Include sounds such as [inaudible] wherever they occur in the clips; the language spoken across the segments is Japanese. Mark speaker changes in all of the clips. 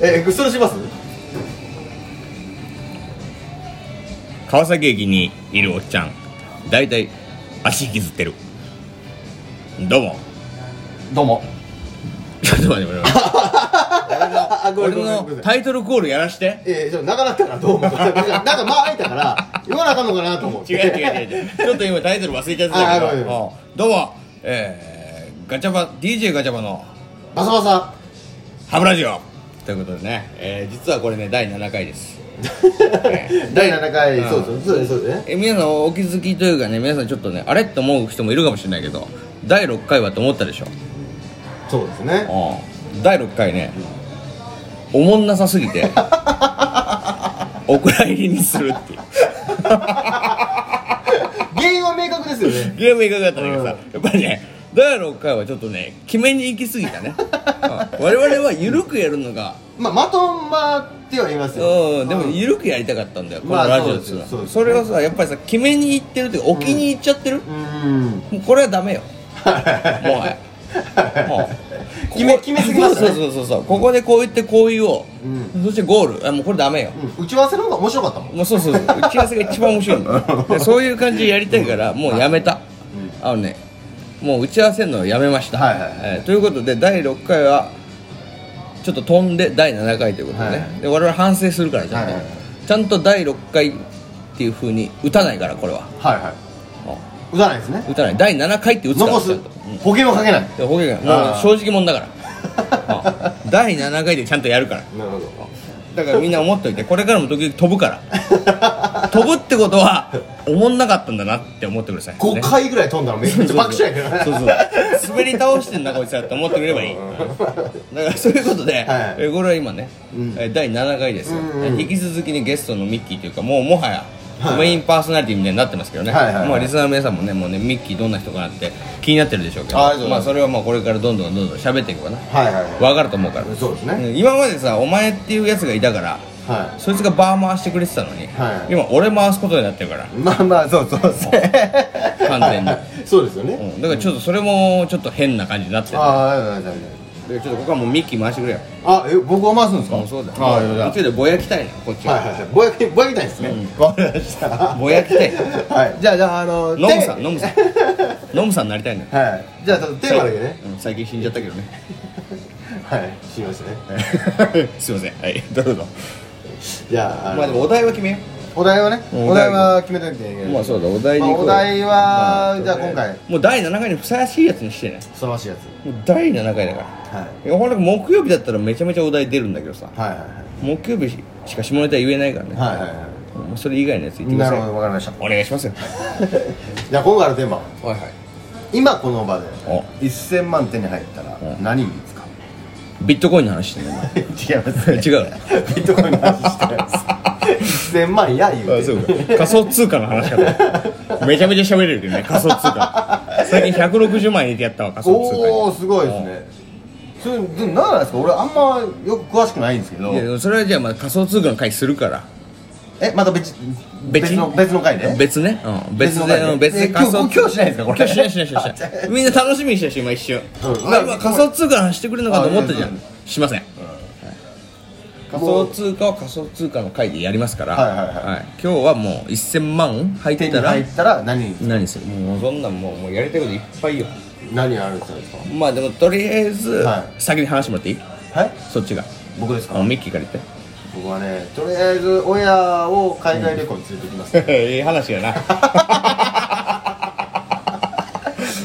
Speaker 1: えそれします
Speaker 2: 川崎駅にいるおっちゃんだいたい足引きずってるどうも [laughs]
Speaker 1: どうも
Speaker 2: ちょっと待って俺
Speaker 1: あごめんごめんご
Speaker 2: の
Speaker 1: めん
Speaker 2: 俺の
Speaker 1: なさい
Speaker 2: タイトルコールやらして
Speaker 1: えー、ちょっと長なったからどうもなんか間空いた
Speaker 2: [laughs]
Speaker 1: から言わなあかんのかなと思って
Speaker 2: 違う違う違う
Speaker 1: [laughs]
Speaker 2: 違うちょっと今タイトル忘れちゃってた
Speaker 1: あごめ
Speaker 2: け
Speaker 1: んごめん
Speaker 2: どうんどうもえー、ガチャバ DJ ガチャバの
Speaker 1: バサバ
Speaker 2: [laughs]
Speaker 1: サ
Speaker 2: ハブラジオということでね、えー、実はこれね第7回です
Speaker 1: 第7回、
Speaker 2: うん
Speaker 1: そうですそうですそうですね
Speaker 2: え皆さんお気づきというかね皆さんちょっとねあれって思う人もいるかもしれないけど第6回はと思ったでしょ
Speaker 1: そうですね
Speaker 2: うん第6回ねおもんなさ
Speaker 1: [laughs]
Speaker 2: すぎてお蔵入りにするっていう
Speaker 1: 原因は明確ですよね
Speaker 2: ゲームいかがだったんだけどさ、やっぱりね第6回はちょっとね決めに行き過ぎたね、うん我々は緩くやるのが
Speaker 1: まあまとまってはいますよ
Speaker 2: うんでも
Speaker 1: い
Speaker 2: 緩くやりたかったんだよこの
Speaker 1: まあ
Speaker 2: ラジオです
Speaker 1: そうですそうです
Speaker 2: それをさやっぱりさ決めに行ってるっていうかお気に入っちゃってる、
Speaker 1: [laughs] うん
Speaker 2: もうこれはダメよもうね
Speaker 1: [laughs]
Speaker 2: もう
Speaker 1: 決め決めすぎますね
Speaker 2: そうそうそうそうここでこう言ってこう言おう、そしてゴールあもうこれダメよ、
Speaker 1: うん打ち合わせの方が面白かったもん
Speaker 2: もうそうそうそう打ち合わせが一番面白いのでそういう感じでやりたいからもうやめた、あのねもう打ち合わせるのをやめました、
Speaker 1: はいはいはい
Speaker 2: えーということで第6回はちょっと飛んで第7回ということでね、
Speaker 1: はいはい
Speaker 2: で我々反省するからちゃんと、
Speaker 1: はいはいは
Speaker 2: ちゃんと第6回っていうふうに打たないからこれは
Speaker 1: はいはい打たないですね
Speaker 2: 打たない第7回って打つから
Speaker 1: 残す
Speaker 2: ちゃんと
Speaker 1: 保険をかけない
Speaker 2: で保険が
Speaker 1: あー
Speaker 2: もう正直者だ
Speaker 1: [laughs]
Speaker 2: からうん第7回でちゃんとやるから
Speaker 1: なるほど
Speaker 2: だからみんな思っといてこれからも時々飛ぶから
Speaker 1: [laughs]
Speaker 2: 飛ぶってことは思んなかったんだなって思ってください、ね、
Speaker 1: 5回ぐらい飛んだらめっちゃ爆笑やけ
Speaker 2: そう
Speaker 1: ど [laughs]
Speaker 2: そう
Speaker 1: ね
Speaker 2: 滑り倒してんなこいつだって思ってくればいい、だからそういうことで、
Speaker 1: はい
Speaker 2: えこれは今ね、
Speaker 1: うん
Speaker 2: え第7回ですよ、
Speaker 1: うんうん
Speaker 2: 引き続きにゲストのミッキーというかもうもはや
Speaker 1: はい
Speaker 2: メインパーソナリティみたいになってますけどね、
Speaker 1: はいはいはい
Speaker 2: まあ、リスナーの皆さんもねもうねミッキーどんな人かなって気になってるでしょうけど
Speaker 1: あありがとうございま
Speaker 2: まあ、
Speaker 1: す
Speaker 2: それはまあこれからどんどんどんどん喋っていこうかな
Speaker 1: はいはいは
Speaker 2: 分かると思うから
Speaker 1: いそうですね
Speaker 2: うん今までさお前っていうやつがいたから
Speaker 1: は
Speaker 2: そいつがバー回してくれてたのに、
Speaker 1: はい
Speaker 2: 今俺回すことになってるから、
Speaker 1: いまあまあそうそうそう
Speaker 2: 完全に
Speaker 1: にそうですよ
Speaker 2: う
Speaker 1: ね
Speaker 2: ん、だからちょっとそれもちょっと変な感じになってる
Speaker 1: ああはいはいはいはい
Speaker 2: でちょっとここはもうミッキー回してくれよ
Speaker 1: あえ僕が回すんですか
Speaker 2: そうだよ
Speaker 1: ああいやいや
Speaker 2: 途中でぼやきたいなこっちは、
Speaker 1: はいはいはいぼやきぼやきたいですねわかりま [laughs] した
Speaker 2: ぼやきたい
Speaker 1: はいじゃあじゃああの
Speaker 2: ノムさん
Speaker 1: テ
Speaker 2: ノ
Speaker 1: [laughs]
Speaker 2: ムさんノムさんになりたいのよ、
Speaker 1: はいじゃあちょっとテーマだけね
Speaker 2: うん最近死んじゃったけど [laughs] ね
Speaker 1: はい知りましたね
Speaker 2: すいませんはいどうぞ
Speaker 1: じゃああ
Speaker 2: まあで
Speaker 1: の
Speaker 2: もお題は決めよ
Speaker 1: お題はね
Speaker 2: うん
Speaker 1: お題は決めといていけない
Speaker 2: そうだお題
Speaker 1: まあお題は
Speaker 2: うん
Speaker 1: じゃあ今回
Speaker 2: もう第7回にふさわしいやつにしてね
Speaker 1: ふさわしいやつ
Speaker 2: もう第7回だから
Speaker 1: はい
Speaker 2: いやほら木曜日だったらめちゃめちゃお題出るんだけどさ
Speaker 1: はいはい
Speaker 2: 木曜日しか下ネタ言えないからね、
Speaker 1: はいはいはい
Speaker 2: もうそれ以外のやつ言ってくだ
Speaker 1: な
Speaker 2: さ
Speaker 1: る
Speaker 2: い
Speaker 1: ほどわかりました
Speaker 2: お願いし [laughs] ますよ
Speaker 1: じゃあ今回のテーマは
Speaker 2: はいはい
Speaker 1: 今この場で
Speaker 2: お
Speaker 1: 1000万手に入ったら
Speaker 2: うん
Speaker 1: 何に使う
Speaker 2: ビットコインの話してんの今
Speaker 1: [laughs] 違いますね
Speaker 2: 違う
Speaker 1: ビットコインの話してます1000万や言うて
Speaker 2: 仮想通貨の話かとめちゃめちゃ喋れるけどね仮想通貨最近160万入れてやったわ仮想通貨に
Speaker 1: おおすごいですねそれで何なんですか俺あんまよく詳しくないんですけど
Speaker 2: いやでもそれはじゃあまあ仮想通貨の回するから
Speaker 1: えまた別
Speaker 2: 別
Speaker 1: 別の別の回で
Speaker 2: 別ね、うん、別
Speaker 1: 別の
Speaker 2: で
Speaker 1: 回ね
Speaker 2: うん別で
Speaker 1: え今日今日しないんですかこれ
Speaker 2: 今日しないしないしないし
Speaker 1: [laughs]
Speaker 2: ないみんな楽しみにしてるし今一瞬、
Speaker 1: うん
Speaker 2: あ今仮想通貨の話してくれるのかと思ったじゃ
Speaker 1: あい
Speaker 2: ん、
Speaker 1: やい
Speaker 2: しません、仮想通貨は仮想通貨の回でやりますから、
Speaker 1: はいはいはい
Speaker 2: 今日はもう1000万入っ
Speaker 1: 手
Speaker 2: て
Speaker 1: に
Speaker 2: たら
Speaker 1: 入ったら何
Speaker 2: 何するもうそんなんもうもうやりたいこといっぱいよ
Speaker 1: 何あるんですか
Speaker 2: まあでもとりあえず、
Speaker 1: は
Speaker 2: 先に話してもらっていい
Speaker 1: はい
Speaker 2: そっちが
Speaker 1: 僕です
Speaker 2: あ
Speaker 1: か
Speaker 2: ミッキーから言っ
Speaker 1: 僕はねとりあえず親を海外旅行に連れてきます
Speaker 2: ていい
Speaker 1: [laughs]
Speaker 2: 話やな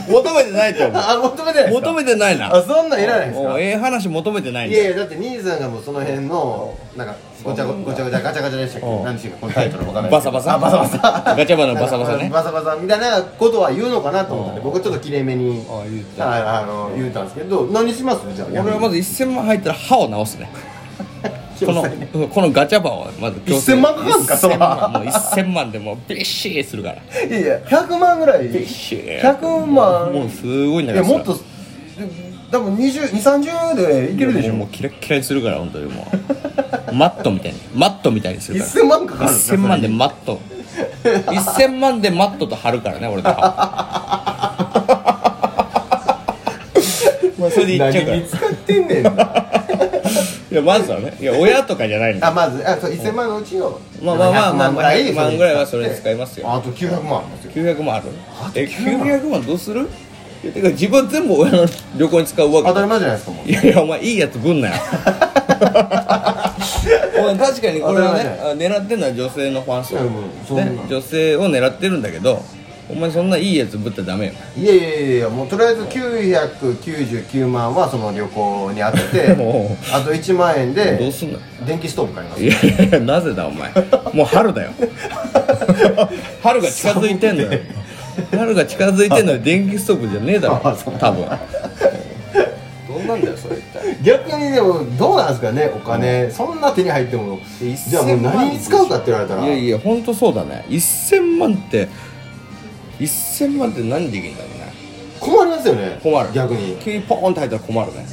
Speaker 2: 求めてないと思う
Speaker 1: あ求めてないですか
Speaker 2: 求めてないな
Speaker 1: あそんなんいらないです
Speaker 2: も
Speaker 1: か
Speaker 2: う
Speaker 1: い
Speaker 2: ええ話求めてないんだ
Speaker 1: やいやだって兄さんがもうその辺のなんかごちゃごごちゃごちゃガチャガチャでしたっ
Speaker 2: う
Speaker 1: け
Speaker 2: ん
Speaker 1: 何でしたっけこのタイトルわかんない
Speaker 2: バサバサ
Speaker 1: あバサバサ
Speaker 2: ガチャバのバサバサ
Speaker 1: [laughs] な
Speaker 2: ね
Speaker 1: んかバサバサみたいなことは言うのかなと思ったんで僕はちょっときれいめに
Speaker 2: あ言った
Speaker 1: はいあの言うたんですけど何しますじゃあ
Speaker 2: 俺はまず1000万入ったら歯を直
Speaker 1: [laughs]
Speaker 2: すね
Speaker 1: こ
Speaker 2: この
Speaker 1: の
Speaker 2: うんこのガチャバをまず強制
Speaker 1: 1000万かかんすかそれ
Speaker 2: 1000万
Speaker 1: は
Speaker 2: もう1000万でもうビッシーするから
Speaker 1: いやいや100万ぐらい
Speaker 2: ビッシー
Speaker 1: 100万
Speaker 2: もうすごいんだ
Speaker 1: い
Speaker 2: け
Speaker 1: や
Speaker 2: ど
Speaker 1: もっと多分2030でいけるでしょ
Speaker 2: もうもうキラッキラにするから本当にもう [laughs] マットみたいにマットみたいにするから
Speaker 1: 1000万かかるんですか
Speaker 2: 1000万でマット1000万でマットと貼るからね俺の歯まあそれでいっちゃうから
Speaker 1: 何に使ってんねんな
Speaker 2: いやまずはねいや親とかじゃないの
Speaker 1: あまずあそう1000万のうちを
Speaker 2: まあまあま
Speaker 1: 100
Speaker 2: あま
Speaker 1: 万
Speaker 2: あ
Speaker 1: ぐらい
Speaker 2: 100万ぐらいはそれ使いますよ
Speaker 1: あと900万ありますよ
Speaker 2: 900万ある
Speaker 1: あと
Speaker 2: え
Speaker 1: 900万
Speaker 2: 900万どうするいやてか自分全部親の旅行に使うわけ
Speaker 1: 当たり前じゃないですかもう
Speaker 2: いやいやお前いいやつぶんな [laughs] よお前確かにこれはねあ狙ってるのは女性のファン層、
Speaker 1: いやもうそんな
Speaker 2: ね女性を狙ってるんだけどお前そんないいやつぶったらダメよ
Speaker 1: いやいやいやいやもうとりあえず999万はその旅行に当てて [laughs]
Speaker 2: もう
Speaker 1: あと1万円
Speaker 2: どう
Speaker 1: です
Speaker 2: んの
Speaker 1: 電気ストーブ買います
Speaker 2: いやいやいやなぜだお前もう春だよ [laughs] 春が近づいてんのよ春が近づいてんのよ電気ストーブじゃねえだろ
Speaker 1: あそう
Speaker 2: 多分どうなんだよそれ一体
Speaker 1: 逆にでもどうなんですかねお金、そんな手に入ってもじゃあもう何に使うかって言われたら
Speaker 2: いやいや本当そうだね1000万って1000万って何できるんだろうね
Speaker 1: 困りますよね
Speaker 2: 困る
Speaker 1: 逆にね
Speaker 2: 急にポーンって入ったら困るね、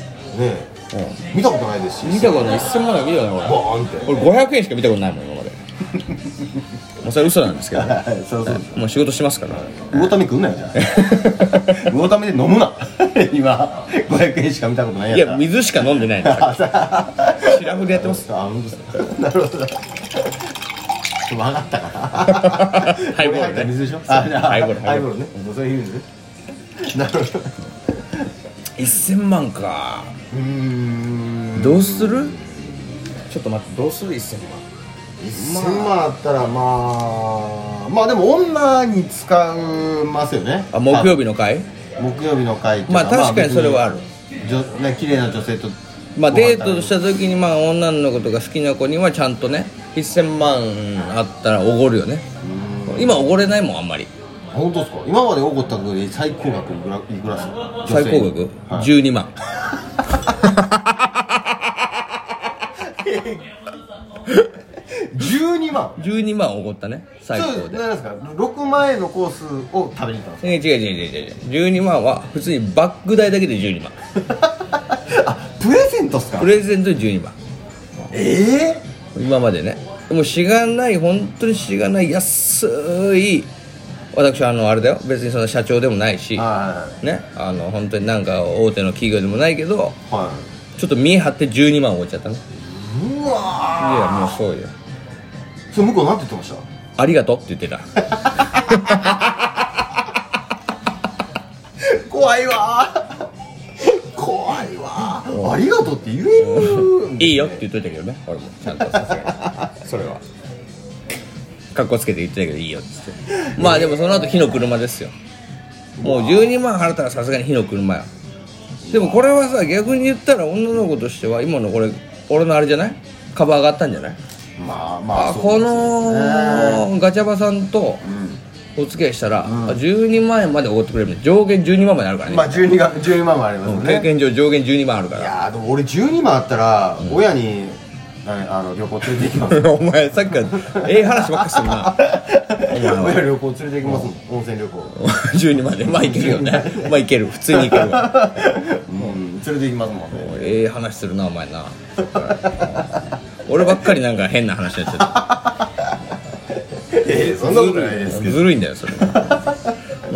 Speaker 1: 見たことないですし
Speaker 2: 見たことない1000万なんか見たことない
Speaker 1: ボーンって
Speaker 2: 俺俺500円しか見たことないもん今ま [laughs] でもうそれ嘘なんですけどね
Speaker 1: はい [laughs] そうそう
Speaker 2: もう仕事しますから
Speaker 1: 魚民食うなよじゃ [laughs] あ魚民で飲むな今500円しか見たことない
Speaker 2: い
Speaker 1: やった
Speaker 2: や水しか飲んでないのさっきシラフでやってます
Speaker 1: あ本当ですか [laughs] なるほど分かった [laughs] かな
Speaker 2: ハイ
Speaker 1: こ
Speaker 2: ボールね
Speaker 1: れ入った水でしょあじゃあ
Speaker 2: ハイボール
Speaker 1: ハイボールねもうそれ言うんねなるほど
Speaker 2: 1000万か
Speaker 1: うーん
Speaker 2: どうするちょっと待ってどうする1000万
Speaker 1: 1000万あったらまあまあでも女に使いますよね
Speaker 2: あ木曜日の会
Speaker 1: 木曜日の会っていう
Speaker 2: まあ
Speaker 1: のは
Speaker 2: 確かにそれはある
Speaker 1: 別に女ね綺麗な女性と
Speaker 2: まあデート
Speaker 1: と
Speaker 2: した時にまあ女の子とか好きな子にはちゃんとね1000万あったらおごるよね今おごれないもんあんまり
Speaker 1: 本当ですか今まで起こったことで最高額いくらいくらですか
Speaker 2: 最高額、
Speaker 1: 女性
Speaker 2: 12万
Speaker 1: はい、12万
Speaker 2: 12万おごったね最
Speaker 1: そ
Speaker 2: 高
Speaker 1: う
Speaker 2: で
Speaker 1: 何ですか6万円のコースを食べに行ったんです
Speaker 2: 違う違う違う違う違う12万は普通にバッグ代だけで12万
Speaker 1: か [laughs] あプレゼントっすか
Speaker 2: プレゼントで12万
Speaker 1: ええ
Speaker 2: 今までねもうしがない本当にしがない安い私はあのあれだよ別にその社長でもないし
Speaker 1: は
Speaker 2: ねあの本当になんか大手の企業でもないけど
Speaker 1: いは
Speaker 2: ちょっと見え張って12万おごっちゃったね
Speaker 1: いう
Speaker 2: いや
Speaker 1: わ
Speaker 2: もうそうよ
Speaker 1: ーそれ向こうなんて言ってました
Speaker 2: ありがとうって言ってた
Speaker 1: 怖いわー怖いわーありがとうって言えるんですね
Speaker 2: いいよって言っといたけどね俺もちゃんとさすがにそれはかっこつけて言ってたけどいいよって言ってまあでもその後火の車ですよもう12万払ったらさすがに火の車よでもこれはさ逆に言ったら女の子としては今のこれ俺のあれじゃない株上がったんじゃない
Speaker 1: まあま
Speaker 2: あ
Speaker 1: あ
Speaker 2: こ
Speaker 1: そうですね
Speaker 2: のガチャバさんとお付き合いしたら、
Speaker 1: ん
Speaker 2: あ12万円までおごってくれる上限12万まであるから
Speaker 1: うん
Speaker 2: ね、
Speaker 1: まあ12が12万もありますよね
Speaker 2: 経験上上限12万あるか
Speaker 1: い
Speaker 2: [laughs] ら
Speaker 1: やーでも俺12万あったら親に、ああの旅行連れて行きます
Speaker 2: お前さっきからええ話ばっかしてるな
Speaker 1: [laughs] 親旅行連れて行きますもん、温泉旅 [laughs] 行
Speaker 2: [laughs] 12万でまあいけるよねまあいける普通にいけるわ
Speaker 1: うん連れて行きますもんね
Speaker 2: もうええ話するなお前な [laughs] そっから俺ばっかりなんか変な話やってた
Speaker 1: えー、そんなことないですけど
Speaker 2: ずるいんだよそれま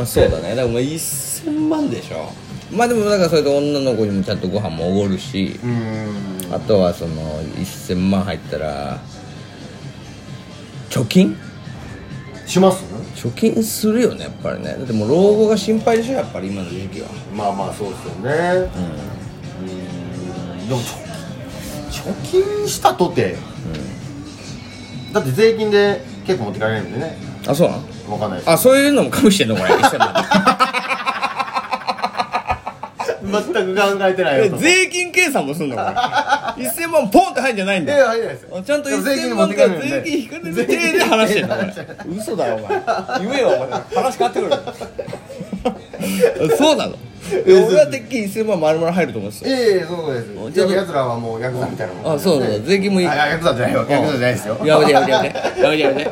Speaker 2: あそうだねだからもう1000万でしょまあでもだからそれで女の子にもちゃんとご飯もおごるし
Speaker 1: うーん
Speaker 2: あとはその1000万入ったら貯金
Speaker 1: します
Speaker 2: 貯金するよねやっぱりねだってもう老後が心配でしょやっぱり今の時期は
Speaker 1: まあまあそうですよねうんんでも貯金貯金したとて、だって税金で結構持ってかれるんでね
Speaker 2: あそうなの
Speaker 1: わかんないです
Speaker 2: あそういうのも加味してんのこれ1000万
Speaker 1: 全く考えてない
Speaker 2: え
Speaker 1: よと
Speaker 2: 税金計算もすんのこれ1000万ポンって入んじゃないん
Speaker 1: い
Speaker 2: だ
Speaker 1: やいや入
Speaker 2: よ
Speaker 1: れないですよ
Speaker 2: ちゃんと
Speaker 1: でも税金
Speaker 2: 1000
Speaker 1: 持っ
Speaker 2: 万
Speaker 1: て
Speaker 2: か
Speaker 1: かれる
Speaker 2: ら
Speaker 1: ん
Speaker 2: 税
Speaker 1: で
Speaker 2: 金引かれる体で話してんのこ
Speaker 1: [laughs]
Speaker 2: れ嘘だよお前言えよお前話変わって
Speaker 1: [laughs]
Speaker 2: くるそうなの
Speaker 1: えそう
Speaker 2: 俺はてっきり1000万丸々入ると思ってた
Speaker 1: いやいやそうです
Speaker 2: じゃあ
Speaker 1: でも奴らはもうヤクザみたいなもん
Speaker 2: あそうそう税金もいい
Speaker 1: あヤクザじゃないよヤクザじゃないですよ
Speaker 2: やめてやめてやめてやめてやめて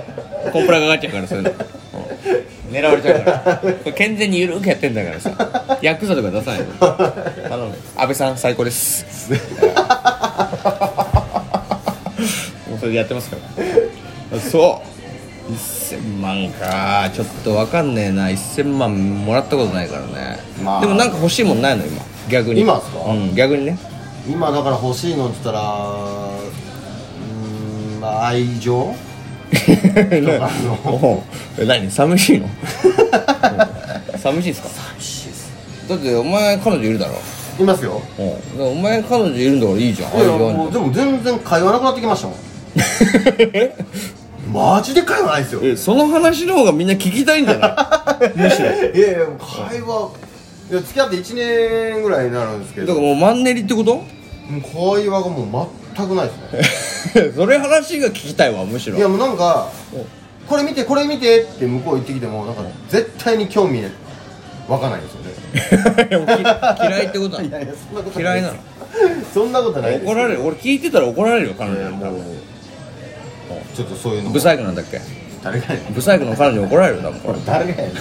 Speaker 2: コンプラかかっちゃうからそういうのうん狙われちゃうからこれ健全に緩くやってんだからさヤクザとか出さないの頼む安倍さん最高 [laughs] ですもうそれでやってますからそう1000万かちょっとわかんねえな1000万もらったことないからね、
Speaker 1: まあ
Speaker 2: でもなんか欲しいもんないの今逆に
Speaker 1: 今っすか
Speaker 2: うん逆にね
Speaker 1: 今だから欲しいのって言ったらうーんまあ愛情
Speaker 2: おう何寂しい [laughs] のうん寂しいですかだってお前彼女いるだろ
Speaker 1: いますよ
Speaker 2: おうだからお前彼女いるんだからいいじゃん
Speaker 1: い
Speaker 2: 愛
Speaker 1: や
Speaker 2: 情あ
Speaker 1: も
Speaker 2: ん
Speaker 1: う
Speaker 2: じ
Speaker 1: でも全然会話なくなってきましたもんマジで会話ないですよ
Speaker 2: ゃん [laughs] えその話の方がみんな聞きたいんじゃないむしろだか
Speaker 1: いやいや会話いや付き合って1年ぐらいになるんですけど
Speaker 2: ら
Speaker 1: も
Speaker 2: もうマンネリってこと
Speaker 1: う会話がもう全くないですね
Speaker 2: [laughs] それ話が聞きたいわむしろ
Speaker 1: いやもうなんかこれ見てこれ見てって向こう行ってきてもなんか絶対に興味湧かないんですよね
Speaker 2: いやもうき [laughs] 嫌いってことなの
Speaker 1: いやいやそんなこと
Speaker 2: 嫌いなの
Speaker 1: [laughs] そんなことないです
Speaker 2: 怒られる俺聞いてたら怒られるよ彼
Speaker 1: いや
Speaker 2: 女に多
Speaker 1: もう
Speaker 2: 分
Speaker 1: ちょっとそういうの
Speaker 2: ブサイクなんだっけ
Speaker 1: 誰がやねん
Speaker 2: ブサイクの彼女に怒られるよ多分こ
Speaker 1: ほら誰がやね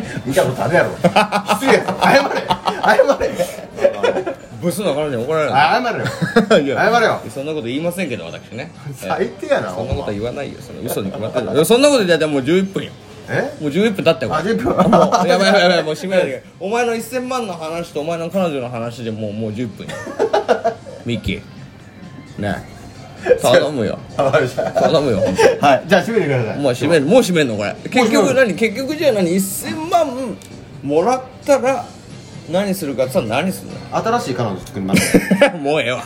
Speaker 1: ん見たことあるやろ失礼やろ謝れ謝れ
Speaker 2: れブスの彼女に怒られる
Speaker 1: あ謝れよ
Speaker 2: [laughs] いや
Speaker 1: 謝れよ
Speaker 2: そんなこと言いませんけど私 [laughs] ね
Speaker 1: 最低やな
Speaker 2: そん
Speaker 1: ほ
Speaker 2: なことは
Speaker 1: ま
Speaker 2: 言わないよその嘘に決まってるいやそんなこと言ったらもう11分よ
Speaker 1: え
Speaker 2: もう11分経ったよ
Speaker 1: あ
Speaker 2: これ
Speaker 1: 10分 [laughs]
Speaker 2: もうやばいやばいやばいもう締めないでお前の1000万の話とお前の彼女の話でもうもう10分よミッキーねえ頼むよ
Speaker 1: あわ [laughs] かりました
Speaker 2: 頼むよ本
Speaker 1: はいじゃあ閉めてくださ
Speaker 2: 当
Speaker 1: い
Speaker 2: もう締めるもう締めるのこれ結
Speaker 1: もう締め
Speaker 2: 局
Speaker 1: る
Speaker 2: 何結局じゃあ何1000万もらったら [laughs] 何するかって言ったら何する
Speaker 1: 新しい彼女作ります
Speaker 2: のもうええわ